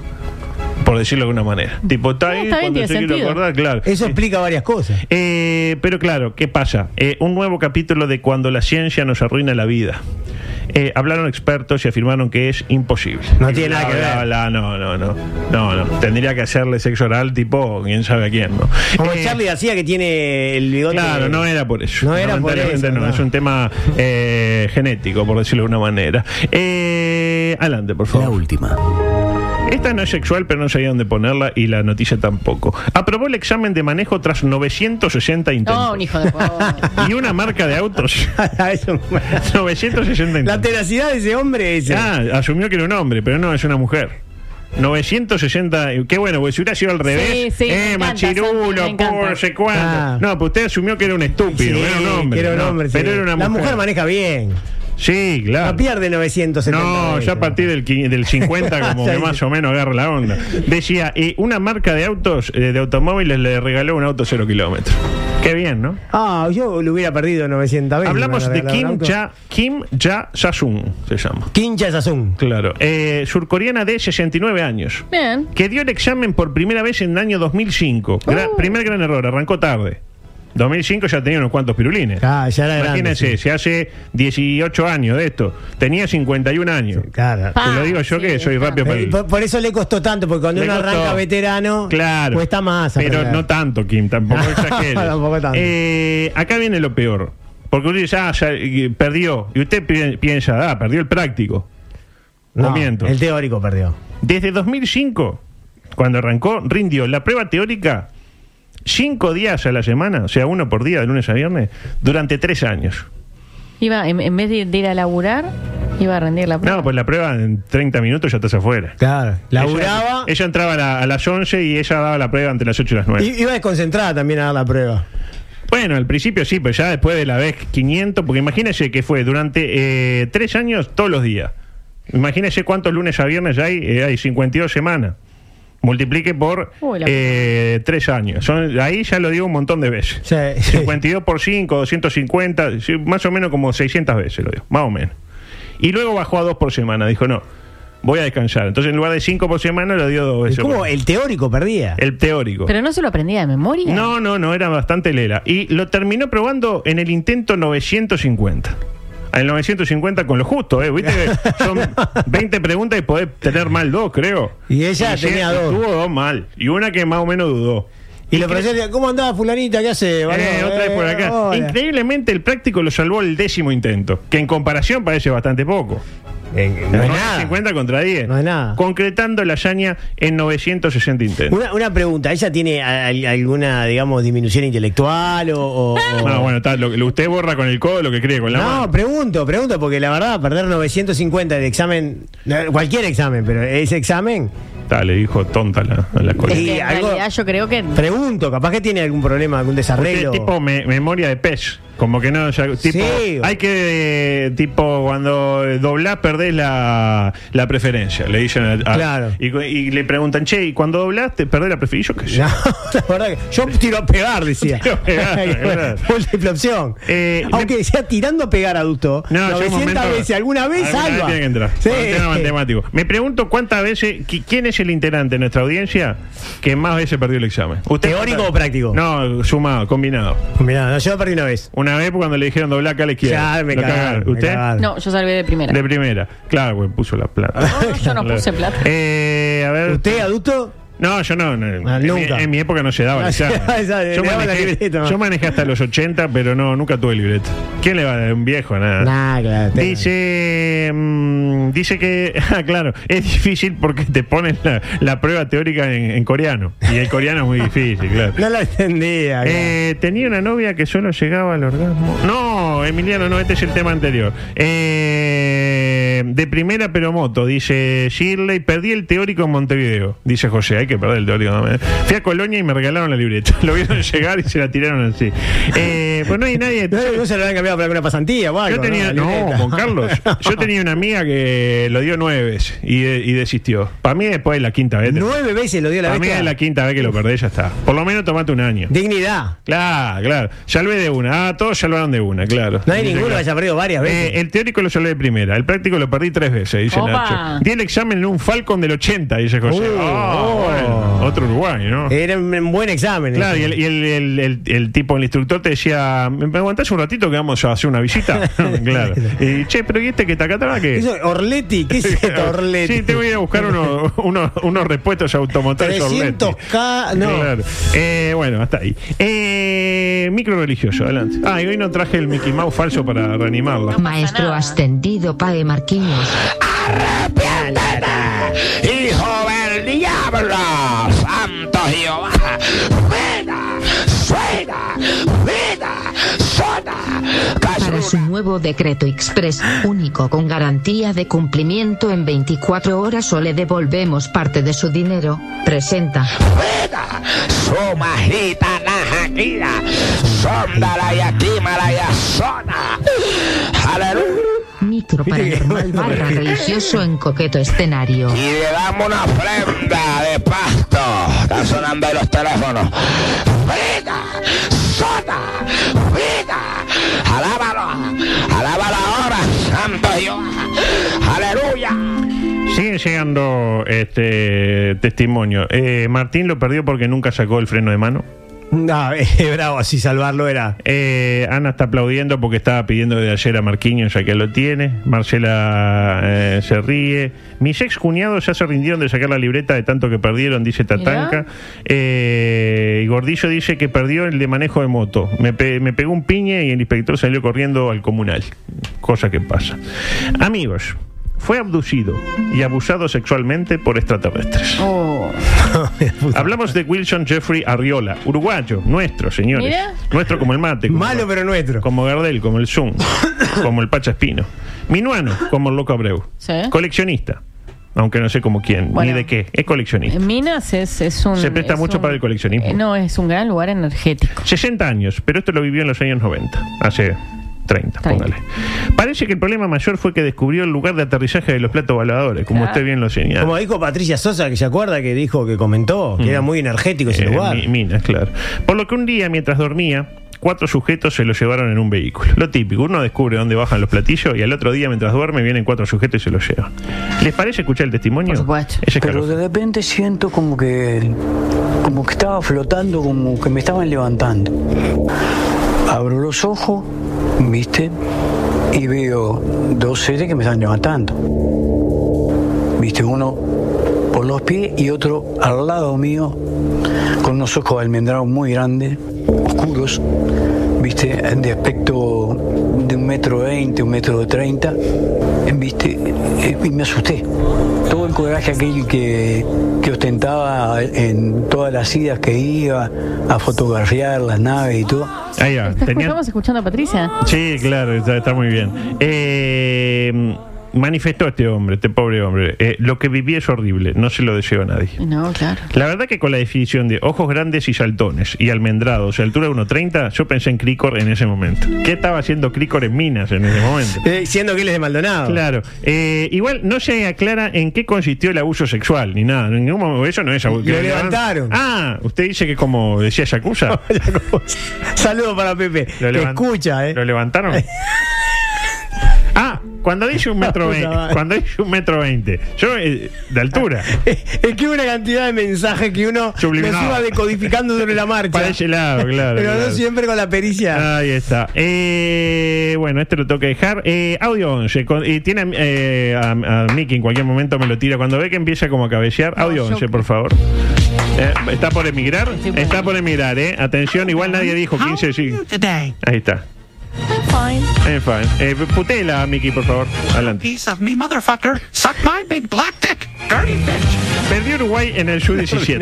[SPEAKER 10] Por decirlo de alguna manera. Tipo, está ahí,
[SPEAKER 11] Oh, está bien,
[SPEAKER 10] cuando
[SPEAKER 11] tiene
[SPEAKER 10] se quiere
[SPEAKER 11] sentido.
[SPEAKER 10] acordar, claro.
[SPEAKER 7] Eso explica varias cosas.
[SPEAKER 10] Eh, pero claro, ¿qué pasa? Eh, un nuevo capítulo de cuando la ciencia nos arruina la vida. Eh, hablaron expertos y afirmaron que es imposible.
[SPEAKER 7] No tiene nada que
[SPEAKER 10] Bla,
[SPEAKER 7] ver.
[SPEAKER 10] bla, bla, no, no, no, no, no. Tendría que hacerle sexo oral tipo, quién sabe a quién, ¿no?
[SPEAKER 7] Como
[SPEAKER 10] Eh,
[SPEAKER 7] Charlie García que tiene el bigote.
[SPEAKER 10] Claro, no era por eso.
[SPEAKER 7] No era por
[SPEAKER 10] Lamentablemente
[SPEAKER 7] eso,
[SPEAKER 10] no.
[SPEAKER 7] no.
[SPEAKER 10] Es un tema eh, genético, por decirlo de una manera. Eh, adelante, por
[SPEAKER 1] La
[SPEAKER 10] favor.
[SPEAKER 1] última.
[SPEAKER 10] Esta no es sexual, pero no sabía dónde ponerla y la noticia tampoco. Aprobó el examen de manejo tras 960 intentos.
[SPEAKER 11] No, un hijo de puta.
[SPEAKER 10] Y una marca de autos.
[SPEAKER 7] Eso-
[SPEAKER 10] 960
[SPEAKER 7] La
[SPEAKER 10] intentos.
[SPEAKER 7] tenacidad de ese hombre es.
[SPEAKER 10] Ah, asumió que era un hombre, pero no, es una mujer. 960, y qué bueno, porque si hubiera sido al revés,
[SPEAKER 11] sí, me
[SPEAKER 10] eh,
[SPEAKER 11] encanta, Santi, me
[SPEAKER 10] machirulo,
[SPEAKER 11] encanta.
[SPEAKER 10] por sé cuánto.
[SPEAKER 7] Ah.
[SPEAKER 10] No, pues usted asumió que era un estúpido, era un hombre. no, Pero era una
[SPEAKER 7] La
[SPEAKER 10] mujer.
[SPEAKER 7] mujer maneja bien.
[SPEAKER 10] Sí, claro.
[SPEAKER 7] No pierde 970.
[SPEAKER 10] No, ya a partir del, qui- del 50 como
[SPEAKER 7] Ya
[SPEAKER 10] que
[SPEAKER 7] dice.
[SPEAKER 10] más o menos agarra la onda. Decía, eh, una marca de autos, eh, de automóviles le regaló un auto cero kilómetro. Qué bien, ¿no?
[SPEAKER 7] Ah, yo lo hubiera perdido 900 veces.
[SPEAKER 10] Hablamos
[SPEAKER 7] Me
[SPEAKER 10] de
[SPEAKER 7] regalaron
[SPEAKER 10] Kim
[SPEAKER 7] auto.
[SPEAKER 10] Ja, Kim Ja Sasung, se llama.
[SPEAKER 7] Kim Ja Sasung.
[SPEAKER 10] Claro. Eh, surcoreana de 69 años.
[SPEAKER 11] Bien.
[SPEAKER 10] Que dio el examen por primera vez en el año 2005. Gra-
[SPEAKER 7] Uh.
[SPEAKER 10] Primer gran error, arrancó tarde. 2005 ya tenía unos cuantos pirulines.
[SPEAKER 7] Ah, ya era grande,
[SPEAKER 10] Imagínense,
[SPEAKER 7] sí.
[SPEAKER 10] se hace 18 años de esto. Tenía 51 años.
[SPEAKER 7] Claro.
[SPEAKER 11] Pa.
[SPEAKER 10] Te lo digo yo
[SPEAKER 11] sí,
[SPEAKER 10] que soy
[SPEAKER 11] está.
[SPEAKER 10] rápido para
[SPEAKER 7] Eh,
[SPEAKER 10] el-
[SPEAKER 7] Por, por eso le costó tanto, porque cuando
[SPEAKER 10] Le
[SPEAKER 7] uno
[SPEAKER 10] costó.
[SPEAKER 7] arranca veterano,
[SPEAKER 10] Claro.
[SPEAKER 7] cuesta más.
[SPEAKER 10] Pero
[SPEAKER 7] aprender.
[SPEAKER 10] no tanto, Kim, tampoco exageres.
[SPEAKER 7] Tampoco tanto.
[SPEAKER 10] Eh, acá viene lo peor. Porque usted dice, ah, ya, eh, perdió. Y usted pi- piensa, ah, perdió el práctico.
[SPEAKER 7] No,
[SPEAKER 10] No, miento.
[SPEAKER 7] El teórico perdió.
[SPEAKER 10] Desde 2005, cuando arrancó, rindió la prueba teórica cinco días a la semana, o sea, uno por día, de lunes a viernes, durante tres años.
[SPEAKER 11] Iba, en, en vez de, de ir a laburar, iba a rendir la prueba.
[SPEAKER 10] No, pues la prueba en 30 minutos ya estás afuera.
[SPEAKER 7] Claro. Laburaba.
[SPEAKER 10] Ella, ella entraba a, la- a las 11 y ella daba la prueba entre las 8 y las 9.
[SPEAKER 7] i- Iba desconcentrada también a dar la prueba.
[SPEAKER 10] Bueno, al principio sí, pero ya después de la vez 500, porque imagínese que fue durante eh, tres años todos los días. Imagínese cuántos lunes a viernes hay, eh, hay 52 semanas. Multiplique por
[SPEAKER 11] Uy, la
[SPEAKER 10] eh, tres años. Son, ahí ya lo digo un montón de veces.
[SPEAKER 7] Sí, sí.
[SPEAKER 10] 52 por 5, 250, sí, más o menos como 600 veces lo digo, más o menos. Y luego bajó a dos por semana, dijo no, voy a descansar. Entonces en lugar de cinco por semana lo dio dos
[SPEAKER 7] ¿Y
[SPEAKER 10] veces.
[SPEAKER 7] ¿Cómo?
[SPEAKER 10] por-
[SPEAKER 7] El teórico perdía.
[SPEAKER 10] el teórico.
[SPEAKER 11] Pero no se lo aprendía de memoria.
[SPEAKER 10] No, no, no, era bastante lela. Y lo terminó probando en el intento 950. Al 950 con lo justo, ¿eh? Viste que son 20 preguntas y podés tener mal dos, creo.
[SPEAKER 7] Y ella tenía
[SPEAKER 10] siempre
[SPEAKER 7] dos.
[SPEAKER 10] Tuvo dos mal. Y una que más o menos dudó.
[SPEAKER 7] Y le
[SPEAKER 10] Incre-
[SPEAKER 7] profesor decía, ¿cómo andaba fulanita? ¿Qué hace?
[SPEAKER 10] Eh,
[SPEAKER 7] boludo?
[SPEAKER 10] otra vez por
[SPEAKER 7] Eh,
[SPEAKER 10] acá.
[SPEAKER 7] hola.
[SPEAKER 10] Increíblemente el práctico lo salvó el décimo intento, que en comparación parece bastante poco.
[SPEAKER 7] Eh, no es nada.
[SPEAKER 10] 950 contra 10.
[SPEAKER 7] No es nada.
[SPEAKER 10] Concretando la hazaña en 960 intentos.
[SPEAKER 7] Una, una pregunta, ¿ella tiene al- alguna, digamos, disminución intelectual o...? o- o-
[SPEAKER 10] No, bueno, está, lo- lo- usted borra con el codo lo que cree con la mano.
[SPEAKER 7] No, pregunto, pregunto, porque la verdad, perder 950 de examen, eh, cualquier examen, pero ese examen,
[SPEAKER 10] Ta, le dijo tonta a la, a la
[SPEAKER 11] Es
[SPEAKER 10] colega.
[SPEAKER 11] que
[SPEAKER 7] Y
[SPEAKER 11] en
[SPEAKER 7] algo-
[SPEAKER 11] realidad yo creo que.
[SPEAKER 7] pregunto, capaz que tiene algún problema, algún
[SPEAKER 10] Usted
[SPEAKER 7] desarreglo.
[SPEAKER 10] es tipo me- memoria de pez. Como que no, o sea, tipo,
[SPEAKER 7] Sí.
[SPEAKER 10] hay que, eh, tipo, cuando doblás perdés la, la preferencia, le dicen a, a-
[SPEAKER 7] Claro.
[SPEAKER 10] y, cu- y le preguntan, che, ¿y cuando doblás te perdés la preferencia? Yo qué sé.
[SPEAKER 7] No, la verdad que yo tiro a pegar, decía.
[SPEAKER 10] Tiro a pegar, es verdad.
[SPEAKER 7] Múltiple opción.
[SPEAKER 10] Eh,
[SPEAKER 7] Aunque sea tirando a pegar, adulto,
[SPEAKER 10] No, llega un
[SPEAKER 7] 900
[SPEAKER 10] momento-
[SPEAKER 7] veces, alguna vez
[SPEAKER 10] alguna
[SPEAKER 7] salva.
[SPEAKER 10] tiene que entrar.
[SPEAKER 7] Sí.
[SPEAKER 10] Por un tema matemático. Me pregunto cuántas veces, qui- quién es el integrante de nuestra audiencia que más veces perdió el examen.
[SPEAKER 7] ¿Teórico o práctico?
[SPEAKER 10] No, sumado, combinado.
[SPEAKER 7] Mirá, no, yo perdí una vez.
[SPEAKER 10] Una vez cuando le dijeron doblar acá a la izquierda.
[SPEAKER 7] Ya, me
[SPEAKER 10] Lo
[SPEAKER 7] cagaron,
[SPEAKER 10] cagaron.
[SPEAKER 7] me
[SPEAKER 10] ¿Usted?
[SPEAKER 7] cagaron.
[SPEAKER 11] No, yo salvé de primera.
[SPEAKER 10] De primera. Claro, güey, puso la plata.
[SPEAKER 11] No, yo no puse plata.
[SPEAKER 10] Eh, a ver.
[SPEAKER 7] ¿Usted, adulto?
[SPEAKER 10] No, yo no. no.
[SPEAKER 7] Ah,
[SPEAKER 10] en, mi,
[SPEAKER 7] nunca.
[SPEAKER 10] en mi época no se daba el
[SPEAKER 7] No se
[SPEAKER 10] examen.
[SPEAKER 7] daba el examen, le
[SPEAKER 10] Yo
[SPEAKER 7] daba la
[SPEAKER 10] manejé,
[SPEAKER 7] libreta, ¿no?
[SPEAKER 10] yo manejé hasta los 80, pero no, nunca tuve libreta. ¿Quién le va a dar un viejo? Nada.
[SPEAKER 7] Nah, claro. tengo.
[SPEAKER 10] Dice mm, dice que, ah, claro, es difícil porque te ponen la, la prueba teórica en, en coreano. Y el coreano es muy difícil, claro.
[SPEAKER 7] No la entendía. claro.
[SPEAKER 10] Eh, tenía una novia que solo llegaba al orgasmo. No, Emiliano, no, este es el tema anterior. Eh, de primera pero moto, dice Shirley, perdí el teórico en Montevideo, dice José. Hay que perder el teórico. no me- Fui a Colonia y me regalaron la libreta. Lo vieron llegar y se la tiraron así. Eh, pues no hay nadie.
[SPEAKER 7] No, no se lo habían cambiado para alguna pasantía o algo,
[SPEAKER 10] Yo tenía,
[SPEAKER 7] La
[SPEAKER 10] no,
[SPEAKER 7] libreta.
[SPEAKER 10] Juan Carlos. Yo tenía una amiga que lo dio nueve veces y, de- y desistió. Para mí, después de la quinta vez.
[SPEAKER 7] Nueve veces lo dio la
[SPEAKER 10] Para mí,
[SPEAKER 7] bestia.
[SPEAKER 10] es la quinta vez que lo perdés, ya está. Por lo menos tomate un año.
[SPEAKER 7] Dignidad.
[SPEAKER 10] Claro, claro. Salvé de una. Ah, todos salvaron de una, claro.
[SPEAKER 7] No hay
[SPEAKER 10] Dice,
[SPEAKER 7] ninguno que
[SPEAKER 10] claro.
[SPEAKER 7] haya perdido varias veces.
[SPEAKER 10] Eh, el teórico lo salvé de primera, el práctico lo perdí tres veces, dice
[SPEAKER 11] Opa.
[SPEAKER 10] Nacho. Di el examen en un Falcon del 80, dice José.
[SPEAKER 7] Uh,
[SPEAKER 10] Ah,
[SPEAKER 7] oh. Eh,
[SPEAKER 10] bueno, otro Uruguay, ¿no?
[SPEAKER 7] Era un un buen examen.
[SPEAKER 10] Eh, Claro, y, el, y el- el- el- el tipo, el instructor te decía, ¿me me aguantás un ratito que vamos a hacer una visita? claro. Y, che, pero ¿y este que está acá atrás qué?
[SPEAKER 7] Eso, Orletti, ¿qué es esto, Orletti?
[SPEAKER 10] Sí, tengo que ir a buscar unos, unos, unos repuestos automotores Orletti.
[SPEAKER 7] 300K, no.
[SPEAKER 10] Claro. Eh, bueno, hasta ahí. Eh, micro religioso, adelante. Ah, y hoy no traje el Mickey Mouse falso para reanimarla.
[SPEAKER 6] Maestro ascendido Pae Marquinhos.
[SPEAKER 5] ¡Hijo del diablo! ¡Santo Jehová! ¡Fuera! ¡Fuera! ¡Fuera! ¡Sona!
[SPEAKER 6] Para su nuevo decreto express, único con garantía de cumplimiento en 24 horas o le devolvemos parte de su dinero, presenta.
[SPEAKER 5] ¡Fuera! ¡Suma gitana jaquira! ¡Sóndala y aquímala y asona! ¡Aleluya!
[SPEAKER 6] Micro paranormal barra religioso en coqueto escenario.
[SPEAKER 5] Y le damos una prenda de pasto. Están sonando ahí los teléfonos. ¡Frita! ¡Sota! ¡Frita! ¡Alábalo! ¡Alábalo ahora, santo Dios! ¡Aleluya!
[SPEAKER 10] Siguen llegando este testimonio. Eh, Martín lo perdió porque nunca sacó el freno de mano.
[SPEAKER 7] No, eh, bravo, así salvarlo era.
[SPEAKER 10] Eh, Ana está aplaudiendo porque estaba pidiendo de ayer a Marquinhos, ya que lo tiene. Marcela eh, se ríe. Mis ex cuñados ya se rindieron de sacar la libreta de tanto que perdieron, dice Tatanka.
[SPEAKER 11] Mirá.
[SPEAKER 10] Eh, y Gordillo dice que perdió el de manejo de moto. Me, pe- me pegó un piñe y el inspector salió corriendo al comunal. Cosa que pasa. Amigos, fue abducido y abusado sexualmente por extraterrestres.
[SPEAKER 11] Oh.
[SPEAKER 10] Hablamos de Wilson Jeffrey Arriola, uruguayo, nuestro, señores.
[SPEAKER 11] Mirá.
[SPEAKER 10] Nuestro como el mate. como-
[SPEAKER 7] Malo pero nuestro.
[SPEAKER 10] como Gardel, como el Zoom, como el Pacha Espino. Minuano, como el Loco Abreu.
[SPEAKER 11] Sí.
[SPEAKER 10] Coleccionista, aunque no sé como quién,
[SPEAKER 11] Bueno. Em.
[SPEAKER 10] ni de qué, es coleccionista.
[SPEAKER 11] Minas es, es un.
[SPEAKER 10] Se presta
[SPEAKER 11] es
[SPEAKER 10] mucho
[SPEAKER 11] un-
[SPEAKER 10] para el coleccionismo.
[SPEAKER 11] Eh, no, es un gran lugar energético.
[SPEAKER 10] 60 años, pero esto lo vivió en los años 90, hace 30,
[SPEAKER 11] Treinta.
[SPEAKER 10] póngale. Parece que el problema mayor fue que descubrió el lugar de aterrizaje de los platos voladores, como
[SPEAKER 11] Claro.
[SPEAKER 10] usted bien lo señala.
[SPEAKER 7] Como dijo Patricia Sosa, que se acuerda que dijo que comentó, que era muy energético ese
[SPEAKER 10] Eh,
[SPEAKER 7] lugar.
[SPEAKER 10] mi- minas, claro. Por lo que un día, mientras dormía, cuatro sujetos se lo llevaron en un vehículo. Lo típico, uno descubre dónde bajan los platillos y al otro día, mientras duerme, vienen cuatro sujetos y se lo llevan. ¿Les parece escuchar el testimonio?
[SPEAKER 11] Por supuesto.
[SPEAKER 10] Es
[SPEAKER 12] Pero
[SPEAKER 10] escalofriante.
[SPEAKER 12] de repente siento como que como que estaba flotando, como que me estaban levantando. Abro los ojos, ¿viste? Y veo dos seres que me están levantando. ¿Viste? Uno por los pies y otro al lado mío con unos ojos almendrados muy grandes, oscuros, ¿viste? De aspecto de un metro veinte, un metro treinta, ¿viste? Eh, Y me asusté. Todo el coraje aquel que, que ostentaba en todas las idas que iba a fotografiar las naves y todo.
[SPEAKER 10] Ahí va.
[SPEAKER 11] ¿Estás-
[SPEAKER 10] Tenían-
[SPEAKER 11] ¿Estamos escuchando a Patricia?
[SPEAKER 10] Sí, claro, está, está muy bien. Eh, manifestó este hombre, este pobre hombre. Eh, lo que viví es horrible, no se lo deseo a nadie.
[SPEAKER 11] No, claro.
[SPEAKER 10] La verdad que con la definición de ojos grandes y saltones y almendrados y altura de 1.30, yo pensé en Cricor en ese momento. ¿Qué estaba haciendo Cricor en Minas en ese momento?
[SPEAKER 7] Eh, siendo que él es de Maldonado.
[SPEAKER 10] Claro. Eh, igual no se aclara en qué consistió el abuso sexual, ni nada. En ningún momento, eso no es abuso.
[SPEAKER 7] Lo levantaron.
[SPEAKER 10] Ah, usted dice que como decía Yakuza.
[SPEAKER 7] Saludos para Pepe.
[SPEAKER 10] Lo
[SPEAKER 7] que
[SPEAKER 10] levan-
[SPEAKER 7] escucha, ¿eh?
[SPEAKER 10] ¿Lo levantaron? ah, cuando dice un metro
[SPEAKER 7] La puta
[SPEAKER 10] veinte.
[SPEAKER 7] madre.
[SPEAKER 10] Cuando dice un metro veinte. Yo, eh, de altura.
[SPEAKER 7] Es que una cantidad de mensajes que uno
[SPEAKER 10] Subliminal.
[SPEAKER 7] los iba decodificando sobre la marcha.
[SPEAKER 10] Para ese lado, claro,
[SPEAKER 7] Pero
[SPEAKER 10] claro. Ah.
[SPEAKER 7] no siempre con la pericia.
[SPEAKER 10] Ahí está. Eh, bueno, este lo tengo que dejar. Eh, audio 11. con- y tiene eh, a, a Miki en cualquier momento me lo tira. Cuando ve que empieza como a cabecear. Audio
[SPEAKER 11] yo-
[SPEAKER 10] 11, por favor. Eh, ¿Está por emigrar?
[SPEAKER 11] Estoy por
[SPEAKER 10] Está por emigrar, ¿eh? Atención, igual nadie dijo 15 sí. Ahí está.
[SPEAKER 13] fine.
[SPEAKER 10] En fin. Eh, putela, Miki, por favor. Adelante.
[SPEAKER 13] Piece of me, motherfucker. Suck my big black dick.
[SPEAKER 10] Perdió Uruguay en el Sub-17.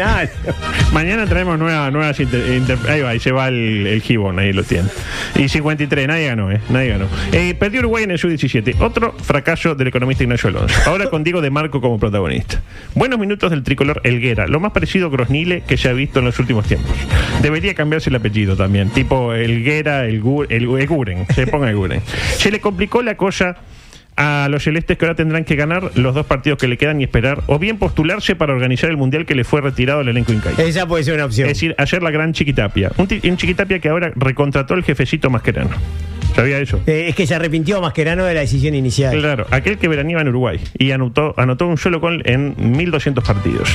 [SPEAKER 10] Mañana traemos nueva, nuevas. inter- inter- ahí va, ahí se va el, el gibón, ahí lo tiene. Y 53, nadie ganó, ¿eh? Nadie ganó. Eh, perdió Uruguay en el Sub-17. Otro fracaso del economista Ignacio Alonso. Ahora con Diego de Marco como protagonista. Buenos minutos del tricolor Elguera, lo más parecido a Grosnile que se ha visto en los últimos tiempos. Debería cambiarse el apellido también, tipo Elguera, el, Gu- el, el Guren. Se ponga el Guren. Se le complicó la cosa a los celestes que ahora tendrán que ganar los dos partidos que le quedan y esperar, o bien postularse para organizar el mundial que le fue retirado al elenco incaico.
[SPEAKER 7] Esa puede ser una opción.
[SPEAKER 10] Es decir, ayer la gran Chiquitapia. Un, ti- un Chiquitapia que ahora recontrató el jefecito masquerano. ¿Sabía eso?
[SPEAKER 7] Eh, es que se arrepintió Mascherano de la decisión inicial.
[SPEAKER 10] Claro, aquel que veraneaba en Uruguay y anotó, anotó un solo gol en 1.200 partidos.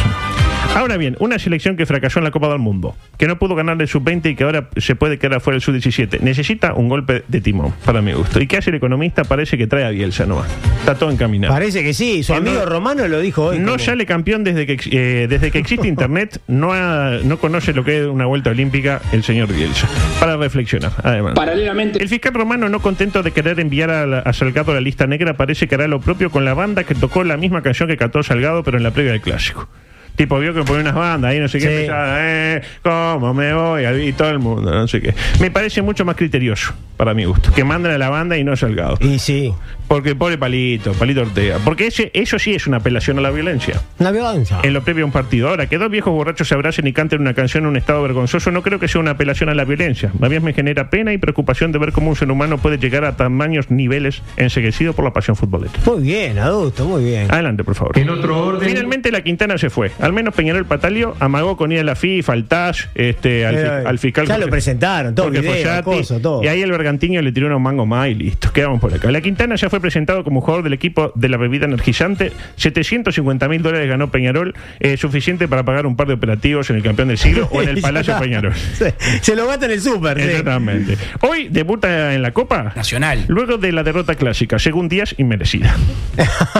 [SPEAKER 10] Ahora bien, una selección que fracasó en la Copa del Mundo, que no pudo ganar el sub-20 y que ahora se puede quedar fuera del sub-17, necesita un golpe de timón, para mi gusto. ¿Y qué hace el economista? Parece que trae a Bielsa nomás. Está todo encaminado.
[SPEAKER 7] Parece que sí, su
[SPEAKER 10] Que no-
[SPEAKER 7] amigo Romano lo dijo hoy.
[SPEAKER 10] No
[SPEAKER 7] como-
[SPEAKER 10] sale campeón desde que, ex- eh, desde que existe Internet, no, ha- no conoce lo que es una vuelta olímpica el señor Bielsa. Para reflexionar, además.
[SPEAKER 2] Paralelamente,
[SPEAKER 10] El fiscal romano, no contento de querer enviar a, la- a Salgado a la lista negra, parece que hará lo propio con la banda que tocó la misma canción que cantó Salgado, pero en la previa del clásico. Tipo, vio que ponía unas bandas ahí, no sé qué,
[SPEAKER 7] Sí.
[SPEAKER 10] empezaba, eh, ¿cómo me voy? Y todo el mundo, no sé qué. Me parece mucho más criterioso, para mi gusto, que manden a la banda y no a Salgado.
[SPEAKER 7] Y sí,
[SPEAKER 10] Porque pobre Palito, Palito Ortega. Porque ese, eso sí es una apelación a la violencia.
[SPEAKER 7] una violencia.
[SPEAKER 10] En lo previo a un partido. Ahora, que dos viejos borrachos se abracen y canten una canción en un estado vergonzoso, no creo que sea una apelación a la violencia. Más bien me genera pena y preocupación de ver cómo un ser humano puede llegar a tamaños niveles enseguecido por la pasión futbolera.
[SPEAKER 7] Muy bien, adulto, muy bien.
[SPEAKER 10] Adelante, por favor.
[SPEAKER 4] En otro orden.
[SPEAKER 10] Finalmente la Quintana se fue. Al menos Peñarol Patalio amagó con ir a la FIFA, al TAS, este, al,
[SPEAKER 7] Eh,
[SPEAKER 10] fi- al fiscal.
[SPEAKER 7] ya lo
[SPEAKER 10] Jorge-
[SPEAKER 7] presentaron, todo
[SPEAKER 10] Jorge
[SPEAKER 7] video,
[SPEAKER 10] Fossati,
[SPEAKER 7] coso, todo.
[SPEAKER 10] Y ahí el Bergantino le tiró unos mangos más y listo. Quedamos por acá. La Quintana ya fue presentado como jugador del equipo de la bebida energizante. 750 mil dólares ganó Peñarol, eh, suficiente para pagar un par de operativos en el campeón del siglo o en el Palacio Peñarol.
[SPEAKER 7] Se, se lo gasta en el súper. sí.
[SPEAKER 10] Exactamente. Hoy debuta en la Copa
[SPEAKER 2] Nacional.
[SPEAKER 10] Luego de la derrota clásica, según Díaz, inmerecida.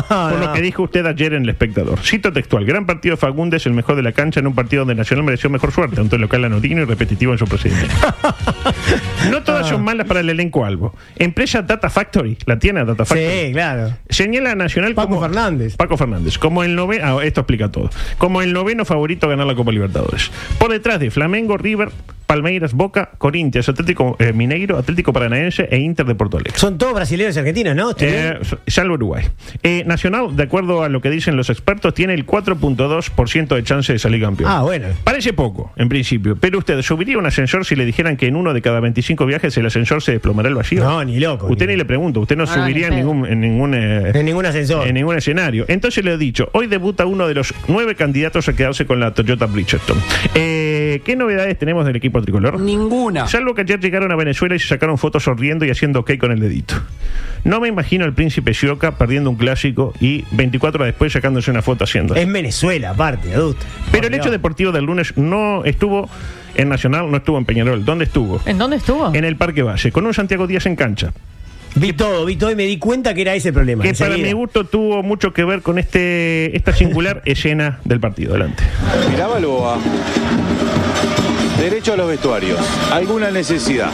[SPEAKER 10] Por lo
[SPEAKER 7] No.
[SPEAKER 10] que dijo usted ayer en El Espectador. Cito textual. Gran partido de Fagundes, el mejor de la cancha en un partido donde Nacional mereció mejor suerte, ante un local anodino y repetitivo en su procedimiento. No
[SPEAKER 7] Ah.
[SPEAKER 10] todas son malas para el elenco albo. Empresa Data Factory, la tiene Data Factory.
[SPEAKER 7] Sí, claro.
[SPEAKER 10] Señala a Nacional
[SPEAKER 7] Paco
[SPEAKER 10] como
[SPEAKER 7] Fernández.
[SPEAKER 10] Paco Fernández, como el noveno, ah, esto explica todo, como el noveno favorito a ganar la Copa Libertadores. Por detrás de Flamengo, River, Palmeiras, Boca, Corinthians, Atlético eh, Mineiro, Atlético Paranaense e Inter de Porto Alegre.
[SPEAKER 7] Son todos brasileños y argentinos, ¿no? ¿Estoy bien?
[SPEAKER 10] Eh, salvo Uruguay. Eh, Nacional, de acuerdo a lo que dicen los expertos, tiene el 4.2% de chance de salir campeón.
[SPEAKER 7] ah, bueno.
[SPEAKER 10] Parece poco, en principio, pero usted subiría un ascensor si le dijeran que en uno de cada 25 viajes el ascensor se desplomará al vacío.
[SPEAKER 7] No, ni loco,
[SPEAKER 10] Usted
[SPEAKER 7] ni
[SPEAKER 10] ni,
[SPEAKER 7] loco.
[SPEAKER 10] le pregunta, usted no,
[SPEAKER 11] No,
[SPEAKER 10] subiría en
[SPEAKER 11] ni pedo.
[SPEAKER 10] ningún, en ningún eh,
[SPEAKER 7] En ningún ascensor.
[SPEAKER 10] en ningún escenario. Entonces le he dicho, hoy debuta uno de los nueve candidatos a quedarse con la Toyota Bridgestone. Eh, ¿Qué novedades tenemos del equipo tricolor?
[SPEAKER 7] Ah.
[SPEAKER 2] ninguna.
[SPEAKER 10] Salvo que ayer llegaron a Venezuela y se sacaron fotos sonriendo y haciendo ok con el dedito. No me imagino al príncipe Sioca perdiendo un clásico y 24 horas después sacándose una foto haciendo.
[SPEAKER 7] Es Venezuela, aparte, adulto.
[SPEAKER 10] Pero el hecho deportivo del lunes no estuvo en Nacional, no estuvo en Peñarol. ¿Dónde estuvo?
[SPEAKER 11] ¿En dónde estuvo?
[SPEAKER 10] En el Parque Valle, con un Santiago Díaz en cancha.
[SPEAKER 7] Vi todo, vi todo y me di cuenta que era ese el problema.
[SPEAKER 10] Que para
[SPEAKER 7] enseguida.
[SPEAKER 10] mi gusto tuvo mucho que ver con este esta singular escena del partido. Adelante.
[SPEAKER 13] Miraba Loa. Derecho a los vestuarios. Alguna necesidad.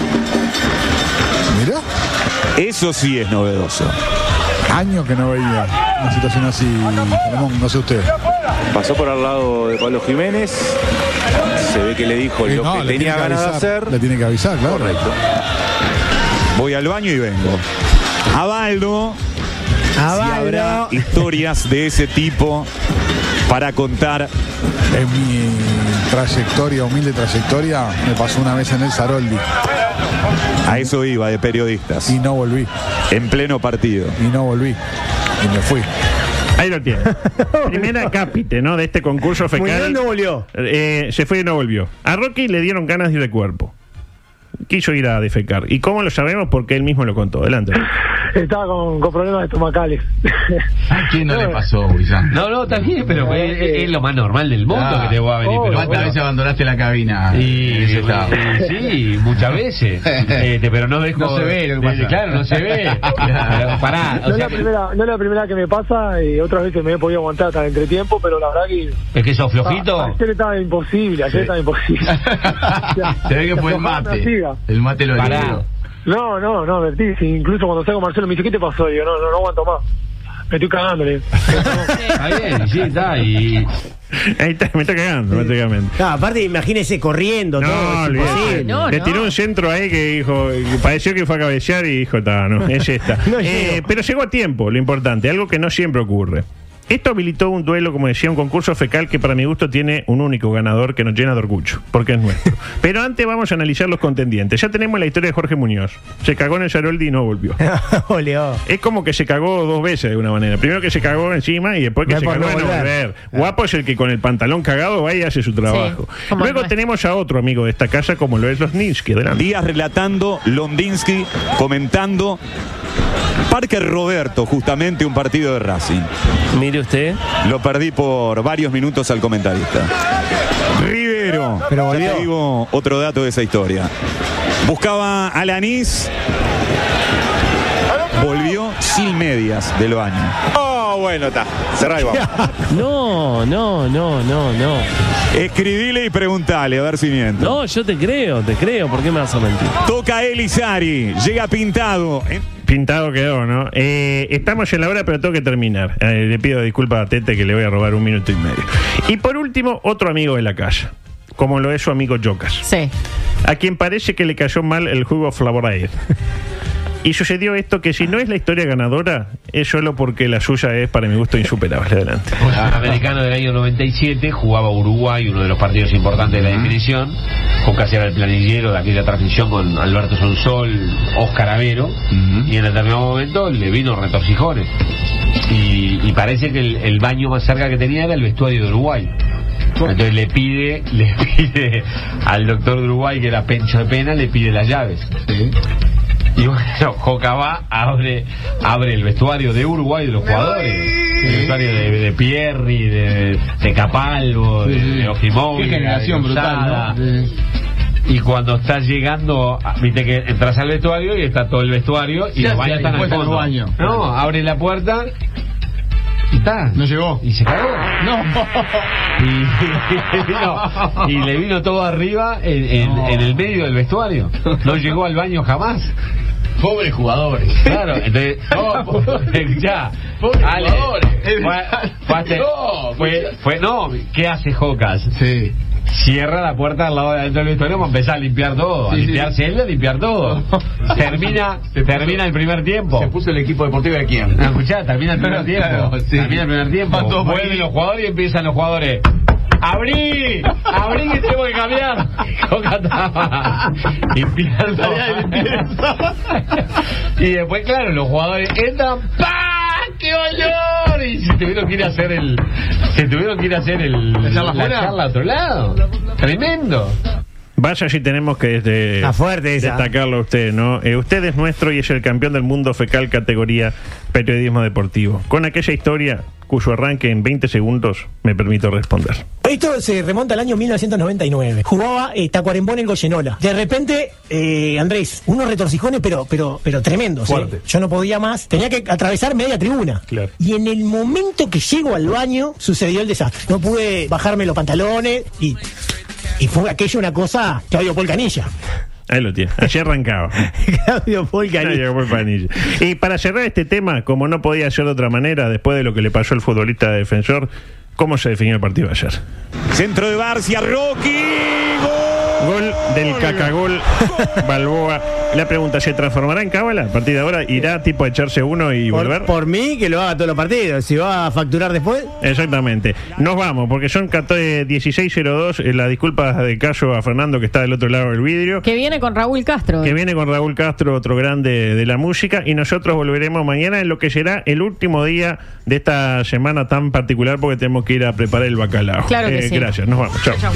[SPEAKER 14] Mirá,
[SPEAKER 13] Eso sí es novedoso.
[SPEAKER 14] años que no veía una situación así, Ramón, no sé usted.
[SPEAKER 13] Pasó por al lado de Pablo Jiménez. Se ve que le dijo
[SPEAKER 14] Eh,
[SPEAKER 13] lo
[SPEAKER 14] no,
[SPEAKER 13] que
[SPEAKER 14] le tiene
[SPEAKER 13] tenía
[SPEAKER 14] que
[SPEAKER 13] ganas de
[SPEAKER 14] avisar,
[SPEAKER 13] hacer.
[SPEAKER 14] Le tiene que avisar, claro.
[SPEAKER 13] Correcto. Voy al baño y vengo. Abaldo,
[SPEAKER 7] Ah,
[SPEAKER 13] si
[SPEAKER 7] vale,
[SPEAKER 13] habrá
[SPEAKER 7] no.
[SPEAKER 13] historias de ese tipo para contar.
[SPEAKER 14] En mi trayectoria, humilde trayectoria, me pasó una vez en el Saroldi
[SPEAKER 13] A eso iba de periodistas.
[SPEAKER 14] y no volví,
[SPEAKER 13] En pleno partido.
[SPEAKER 14] y no volví, y me fui.
[SPEAKER 10] Ahí lo tiene. Primera cápite, ¿no? De este concurso
[SPEAKER 7] Muñoz
[SPEAKER 10] fecal.
[SPEAKER 7] no volvió.
[SPEAKER 10] Eh, se fue y no volvió. A Rocky le dieron ganas de ir de cuerpo. Quiso ir a defecar. ¿Y cómo lo sabemos? Porque él mismo lo contó. Adelante.
[SPEAKER 12] Estaba con, con problemas estomacales.
[SPEAKER 15] ¿A quién no le pasó, Guisán? No, no, también, pero es,
[SPEAKER 1] Eh,
[SPEAKER 15] lo más normal del mundo que te va a venir.
[SPEAKER 12] pero
[SPEAKER 15] Oh, ¿Cuántas
[SPEAKER 12] bueno.
[SPEAKER 15] veces abandonaste la cabina? Y, sí, muchas veces. Este, pero no ves No se ve lo que pasa. Claro, no se ve. Pero Pará.
[SPEAKER 12] no,
[SPEAKER 15] o sea,
[SPEAKER 12] es la primera, no es la primera que me pasa y otras veces me he podido aguantar hasta el entretiempo, pero la verdad que
[SPEAKER 15] ¿Es que sos flojito?
[SPEAKER 12] Ah, ayer estaba imposible, ayer
[SPEAKER 15] Sí.
[SPEAKER 12] estaba imposible.
[SPEAKER 15] Se ve que fue el mate. El mate lo
[SPEAKER 12] Pará.
[SPEAKER 15] ayudó.
[SPEAKER 12] No, no, no, Bertiz, incluso cuando salgo Marcelo me dice, ¿qué te pasó? Y Digo, no, no, no aguanto más.
[SPEAKER 16] me estoy cagando, le digo.
[SPEAKER 10] Está bien, sí, está. Y... Ahí está, me está cagando, prácticamente.
[SPEAKER 17] No, aparte, imagínese corriendo, todo.
[SPEAKER 10] No,
[SPEAKER 17] es
[SPEAKER 10] olvidate.
[SPEAKER 17] imposible.
[SPEAKER 10] le tiró un centro ahí que dijo, que pareció que fue a cabecear y dijo, "Ta, no, es esta.
[SPEAKER 17] No
[SPEAKER 10] Eh, pero llegó a tiempo, lo importante, algo que no siempre ocurre. Esto habilitó un duelo, como decía, un concurso fecal que para mi gusto tiene un único ganador que nos llena de orgullo, porque es nuestro. Pero antes vamos a analizar los contendientes. Ya tenemos la historia de Jorge Muñoz. Se cagó en el Yaroldi y no volvió.
[SPEAKER 17] Oleo.
[SPEAKER 10] Es como que se cagó dos veces de una manera. Primero que se cagó encima y después que
[SPEAKER 17] Después
[SPEAKER 10] se cagó
[SPEAKER 17] no
[SPEAKER 10] en no
[SPEAKER 17] volver. Ah.
[SPEAKER 10] volver. Guapo es el que con el pantalón cagado va y hace su trabajo.
[SPEAKER 13] Sí, como
[SPEAKER 10] Luego
[SPEAKER 13] el
[SPEAKER 10] tenemos a otro amigo de esta casa como lo es los Ninsky. Adelante.
[SPEAKER 13] Díaz relatando, Londinsky comentando. Parker Roberto, justamente un partido de Racing.
[SPEAKER 18] Mire usted.
[SPEAKER 13] Lo perdí por varios minutos al comentarista. Rivero, ya te digo otro dato de esa historia. Buscaba a Lanís, volvió sin medias del baño.
[SPEAKER 19] Oh, bueno, está.
[SPEAKER 13] Cerrá y vamos.
[SPEAKER 18] No, no, no, no, no.
[SPEAKER 13] Escribile y preguntale, a ver si miente.
[SPEAKER 18] No, yo te creo, te creo. ¿Por qué me vas a mentir?
[SPEAKER 13] Toca Elizari, llega pintado.
[SPEAKER 10] Pintado quedó, ¿no? Eh, estamos en la hora, pero tengo que terminar. Eh, le pido disculpas a Tete que le voy a robar un minuto y medio. Y por último, otro amigo de la casa, como lo es su amigo Jocas.
[SPEAKER 11] Sí.
[SPEAKER 10] A quien parece que le cayó mal el jugo Flavoraid. Y sucedió esto que si no es la historia ganadora, es solo porque la suya es para mi gusto insuperable. Adelante.
[SPEAKER 7] Americano del año 97, jugaba Uruguay, uno de los partidos importantes de la definición. Jocas era el planillero de aquella transmisión con Alberto Sonsol, Oscar Avero, y en determinado momento le vino retorcijones. Y, y parece que el, el baño más cerca que tenía era el vestuario de Uruguay. Entonces le pide, le pide al doctor de Uruguay, que era Pencho de Pena, le pide las llaves. Y bueno, Joca va, abre, abre el vestuario de Uruguay de los jugadores. El vestuario de, de Pierri, de, de Capalvo, de, de Ojimóvil,
[SPEAKER 16] Qué generación
[SPEAKER 7] de
[SPEAKER 16] brutal,
[SPEAKER 7] Lozada.
[SPEAKER 16] ¿no?
[SPEAKER 7] Y cuando estás llegando, a- viste que entras al vestuario y está todo el vestuario y
[SPEAKER 16] Sí,
[SPEAKER 7] los
[SPEAKER 16] sí,
[SPEAKER 7] baños están al
[SPEAKER 16] después en los
[SPEAKER 7] fondo.
[SPEAKER 16] baños.
[SPEAKER 7] No, abre la puerta y está. No llegó. Y se cagó. No. Y, y le vino todo arriba en, en- en el medio del vestuario. No llegó al baño jamás. Pobres jugadores. Claro, entonces. ya.
[SPEAKER 16] Pobres
[SPEAKER 7] Ale,
[SPEAKER 16] jugadores.
[SPEAKER 7] fue- fue hasta-
[SPEAKER 16] No,
[SPEAKER 7] fue- fue- no, ¿qué hace Jocas? Sí. Cierra la puerta al lado de adentro del vestuario para empezar a limpiar todo, a
[SPEAKER 16] Sí, sí.
[SPEAKER 7] limpiarse él y a limpiar todo. termina
[SPEAKER 16] Se puso-
[SPEAKER 7] termina el primer tiempo. Se puso el equipo deportivo de quién. No, escuchá, termina el primer tiempo.
[SPEAKER 16] Claro, sí.
[SPEAKER 7] Termina el primer tiempo.
[SPEAKER 16] Van todos para
[SPEAKER 7] Vuelven
[SPEAKER 16] ahí.
[SPEAKER 7] los jugadores y empiezan los jugadores. ¡Abrí! ¡Abrí que tengo que cambiar! Coca estaba limpiando. y después, claro, los jugadores entran. ¡Pah! ¡Qué olor! Y se tuvieron que ir a hacer el. Se tuvieron que ir a hacer el. La
[SPEAKER 16] charla afuera?
[SPEAKER 7] charla a otro lado. Tremendo.
[SPEAKER 10] Vaya si tenemos que este,
[SPEAKER 17] Está fuerte esa.
[SPEAKER 10] destacarlo a usted, ¿no? Eh, usted es nuestro y es el campeón del mundo fecal categoría periodismo deportivo. Con aquella historia cuyo arranque en 20 segundos me permito responder.
[SPEAKER 20] Esto se remonta al año 1999. Jugaba eh, Tacuarembó en el Goyenola. De repente, eh, Andrés, unos retorcijones, pero, pero, pero tremendos. ¿eh?
[SPEAKER 21] Fuerte.
[SPEAKER 20] Yo no podía más. Tenía que atravesar media tribuna.
[SPEAKER 21] Claro.
[SPEAKER 20] Y en el momento que llego al baño, sucedió el desastre. No pude bajarme los pantalones y, y fue aquello una cosa Claudio Polcanilla.
[SPEAKER 10] Ahí lo tiene. Así arrancaba.
[SPEAKER 17] Claudio Polcanilla.
[SPEAKER 10] Claudio Polcanilla. Y para cerrar este tema, como no podía ser de otra manera, después de lo que le pasó al futbolista defensor, ¿cómo se definió el partido ayer?
[SPEAKER 13] Centro de Barcia, Rocky.
[SPEAKER 10] Gol del cacagol Balboa. La pregunta, ¿se transformará en cábala? A partir de ahora, ¿irá tipo a echarse uno y volver?
[SPEAKER 17] Por, por mí, que lo haga todos los partidos. Si va a facturar después.
[SPEAKER 10] Exactamente. Nos vamos, porque son 14 16.02. eh, La disculpa de caso a Fernando, que está del otro lado del vidrio.
[SPEAKER 11] Que viene con Raúl Castro.
[SPEAKER 10] Que viene con Raúl Castro, otro grande de la música. Y nosotros volveremos mañana en lo que será el último día de esta semana tan particular, porque tenemos que ir a preparar el bacalao. Eh,
[SPEAKER 11] Claro que sí.
[SPEAKER 10] Gracias, nos vamos. Chao.
[SPEAKER 1] M24.